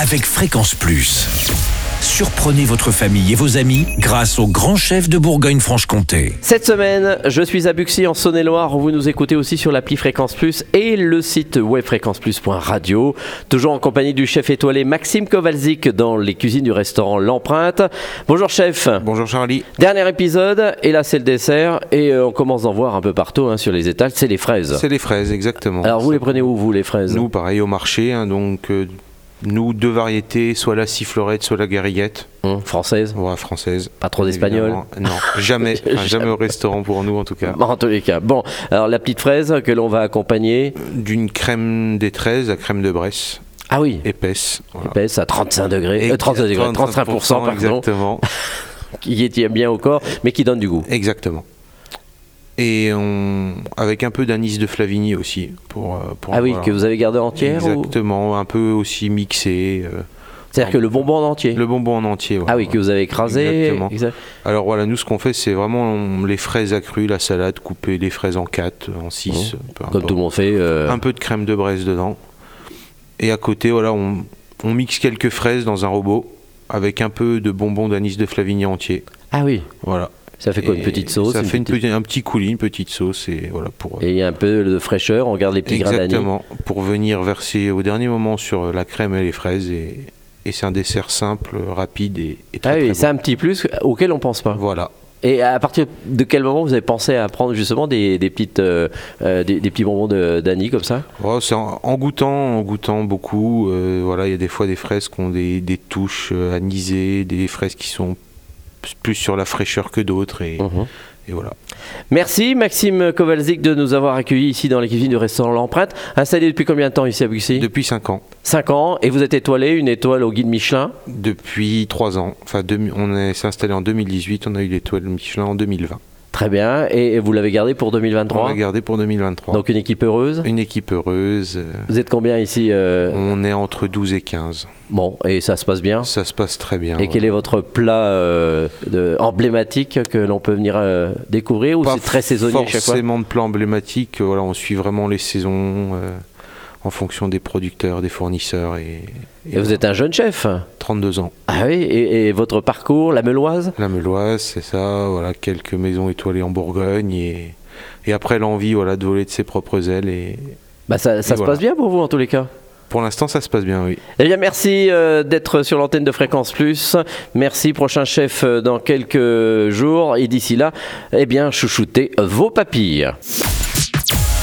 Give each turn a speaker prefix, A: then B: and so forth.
A: avec Fréquence Plus. Surprenez votre famille et vos amis grâce au grand chef de Bourgogne-Franche-Comté.
B: Cette semaine, je suis à Buxy en Saône-et-Loire. Vous nous écoutez aussi sur l'appli Fréquence Plus et le site web fréquenceplus.radio. Toujours en compagnie du chef étoilé Maxime Kovalzik dans les cuisines du restaurant L'Empreinte. Bonjour chef.
C: Bonjour Charlie.
B: Dernier épisode et là c'est le dessert et euh, on commence d'en voir un peu partout hein, sur les étals. C'est les fraises.
C: C'est les fraises, exactement.
B: Alors vous les prenez où vous les fraises
C: Nous, pareil, au marché, hein, donc euh, nous, deux variétés, soit la sifflorette, soit la guérillette,
B: Hum, Françaises.
C: ouais, française.
B: Pas trop d'espagnols.
C: évidemment. Non, jamais, Enfin, jamais au restaurant pour nous en tout cas.
B: En tous les cas. Bon, alors la petite fraise que l'on va accompagner.
C: D'une crème des 13 à crème de Bresse,
B: Ah oui.
C: épaisse. voilà.
B: Épaisse à 35 degrés,
C: Et
B: euh, 35 degrés, 35%, pardon,
C: Ah. Exactement.
B: qui est bien au corps, mais qui donne du goût.
C: exactement. Et on, avec un peu d'anis de Flavigny aussi. Pour, euh, pour,
B: Ah oui,
C: voilà.
B: que vous avez gardé entière ou-
C: Exactement, un peu aussi mixé. euh,
B: C'est-à-dire que le bonbon en entier
C: le bonbon en entier. ouais,
B: Ah oui, que vous avez écrasé
C: Exactement.
B: exact-
C: Alors voilà, nous ce qu'on fait, c'est vraiment on- les fraises accrues, la salade, couper les fraises en 4, en 6, peu
B: Mmh. Comme
C: importe.
B: tout le monde fait. euh,
C: Un peu de crème de braise dedans. Et à côté, voilà, on, on mixe quelques fraises dans un robot avec un peu de bonbons d'anis de Flavigny entier.
B: Ah oui,
C: Voilà.
B: ça fait quoi
C: Et
B: Une petite sauce
C: Ça
B: une
C: fait une
B: petite-
C: petite- un petit coulis, une petite sauce et voilà pour.
B: Et il y a un peu de fraîcheur, on garde les petits grains d'anis.
C: Exactement, pour venir verser au dernier moment sur la crème et les fraises. Et, et c'est un dessert simple, rapide et, et très,
B: Ah oui,
C: très
B: c'est
C: bon.
B: un petit plus auquel on pense pas.
C: Voilà.
B: Et à partir de quel moment vous avez pensé à prendre justement des, des petites, euh, euh, des, des petits bonbons de- d'anis comme ça
C: Oh, c'est en, en goûtant, en goûtant beaucoup. euh, voilà, il y a des fois des fraises qui ont des, des touches euh, anisées, des fraises qui sont p- plus sur la fraîcheur que d'autres et,
B: Mhm.
C: et voilà.
B: Merci Maxime Kowalczyk de nous avoir accueillis ici dans les cuisines du restaurant L'Empreinte. Installé depuis combien de temps ici à Buxy
C: Depuis 5 ans,
B: 5 ans et vous êtes étoilé, une étoile au guide Michelin.
C: depuis 3 ans, enfin deux- on est- s'est installé en 2018, on a eu l'étoile Michelin en 2020.
B: Très bien. Et vous l'avez gardé pour
C: On
B: 2023.
C: l'a gardé pour 2023.
B: Donc une équipe heureuse.
C: une équipe heureuse, euh,
B: Vous êtes combien ici euh,
C: on est entre 12 et 15.
B: Bon, et ça se passe bien.
C: Ça se passe très bien.
B: Et quel est votre plat euh, de- emblématique que l'on peut venir euh, découvrir ou
C: Pas
B: c'est très saisonnier à chaque fois
C: forcément de plats emblématiques. euh, Voilà, on suit vraiment les saisons euh, en fonction des producteurs, des fournisseurs. Et, et
B: Et vous êtes un jeune chef.
C: 32 ans.
B: Ah oui, et, et votre parcours, la Meuloise
C: La Meloise, c'est ça. Voilà, quelques maisons étoilées en Bourgogne et, et après l'envie, voilà, de voler de ses propres ailes. Et
B: bah ça, ça se
C: voilà.
B: passe bien pour vous en tous les cas.
C: pour l'instant, ça se passe bien, oui.
B: Eh bien, merci euh, d'être sur l'antenne de Fréquence Plus. Merci, prochain chef, euh, dans quelques jours. Et d'ici là, eh bien, chouchoutez vos papilles.